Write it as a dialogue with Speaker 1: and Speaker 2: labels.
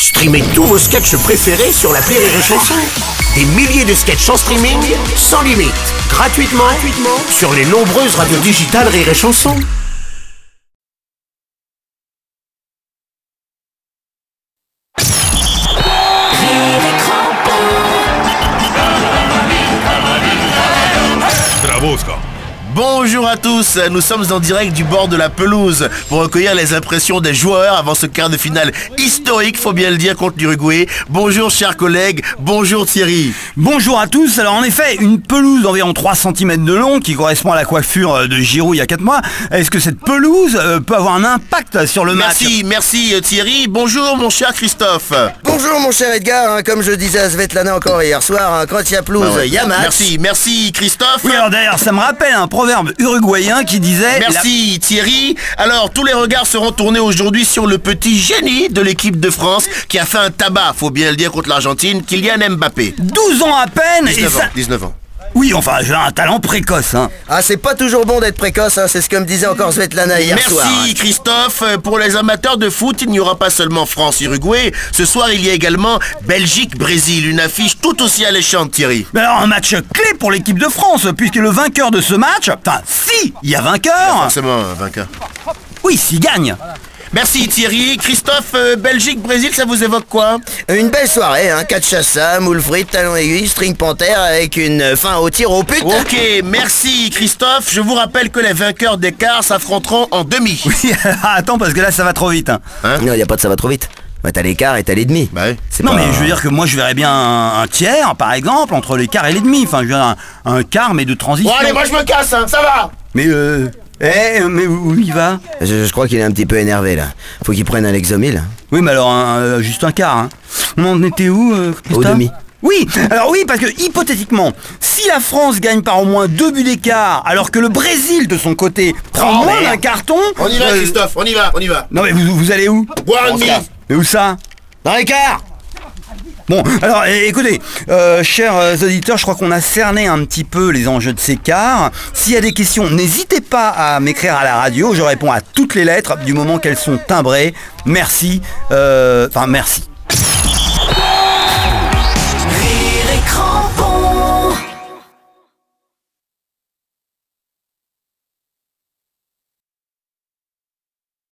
Speaker 1: Streamez tous vos sketchs préférés sur la Rire et Chanson. Des milliers de sketchs en streaming, sans limite, gratuitement, gratuitement sur les nombreuses radios digitales Rire et Chanson.
Speaker 2: Bravo, Scott.
Speaker 3: Bonjour à tous, nous sommes en direct du bord de la pelouse pour recueillir les impressions des joueurs avant ce quart de finale historique, faut bien le dire, contre l'Uruguay. Bonjour chers collègues, bonjour Thierry.
Speaker 4: Bonjour à tous, alors en effet, une pelouse d'environ 3 cm de long qui correspond à la coiffure euh, de Giroud il y a 4 mois, est-ce que cette pelouse euh, peut avoir un impact sur le match
Speaker 3: Merci, merci euh, Thierry, bonjour mon cher Christophe.
Speaker 5: Bonjour mon cher Edgar, hein, comme je disais à Svetlana encore hier soir, hein, quand il y a pelouse, il y a match.
Speaker 3: Ah Merci, merci Christophe.
Speaker 4: Oui alors d'ailleurs ça me rappelle un proverbe uruguayen qui disait
Speaker 3: Merci Thierry. Alors tous les regards seront tournés aujourd'hui sur le petit génie de l'équipe de France qui a fait un tabac, faut bien le dire, contre l'Argentine, Kylian Mbappé.
Speaker 4: la- 12 ans à peine et
Speaker 3: 19 ans,
Speaker 4: ça...
Speaker 3: 19 ans.
Speaker 4: Oui enfin j'ai un talent précoce hein.
Speaker 5: Ah, c'est pas toujours bon d'être précoce, hein, c'est ce que me disait encore Svetlana hier
Speaker 3: Merci
Speaker 5: soir. hein.
Speaker 3: Christophe. Euh, Pour les amateurs de foot, il n'y aura pas seulement France-Uruguay. Ce soir, il y a également Belgique-Brésil. Une affiche tout aussi alléchante, Thierry.
Speaker 4: Mais alors un match clé pour l'équipe de France puisque le vainqueur de ce match, enfin si il y a vainqueur,
Speaker 3: Forcément, euh, vainqueur.
Speaker 4: oui s'il gagne.
Speaker 3: Merci Thierry. Christophe, euh, Belgique-Brésil, ça vous évoque quoi
Speaker 5: Une belle soirée, hein, 4 chassa, moule frites, talons aiguilles, string panthère avec une euh, fin au tir au pute.
Speaker 3: Ok, merci Christophe. Je vous rappelle que les vainqueurs des quarts s'affronteront en demi.
Speaker 4: Attends parce que là ça va trop vite. hein.
Speaker 5: Non, y a pas de ça va trop vite. Bah, t'as l'écart et t'as les demi.
Speaker 3: Bah oui.
Speaker 5: C'est
Speaker 4: Non
Speaker 5: pas-
Speaker 4: mais je veux dire que moi je verrais bien un, un tiers par exemple entre les quarts et les demi, enfin je veux dire un, un quart mais de transition.
Speaker 3: Bon, allez, moi je me casse, hein, ça va
Speaker 4: Mais euh... Eh mais où, où il va
Speaker 5: Je, je crois qu'il est un petit peu énervé là. Faut qu'il prenne un Lexomil.
Speaker 4: Oui mais alors un- euh, juste un quart. Hein. On en était où euh, Christophe
Speaker 5: demi.
Speaker 4: Oui, alors oui, parce que hypothétiquement, si la France gagne par au moins deux buts d'écart, alors que le Brésil de son côté prend
Speaker 3: Oh,
Speaker 4: moins
Speaker 3: merde.
Speaker 4: d'un carton...
Speaker 3: On y va,
Speaker 4: euh,
Speaker 3: Christophe, on y va, on y va.
Speaker 4: Non mais vous, vous allez où
Speaker 3: Boire
Speaker 5: On
Speaker 3: une
Speaker 5: se
Speaker 3: demi.
Speaker 5: casse.
Speaker 4: Mais où ça
Speaker 5: Dans l'écart
Speaker 4: Bon, alors é- écoutez, euh, chers euh, auditeurs, je crois qu'on a cerné un petit peu les enjeux de ces quarts. S'il y a des questions, n'hésitez pas à m'écrire à la radio. Je réponds à toutes les lettres du moment qu'elles sont timbrées. Merci. euh, Enfin, merci.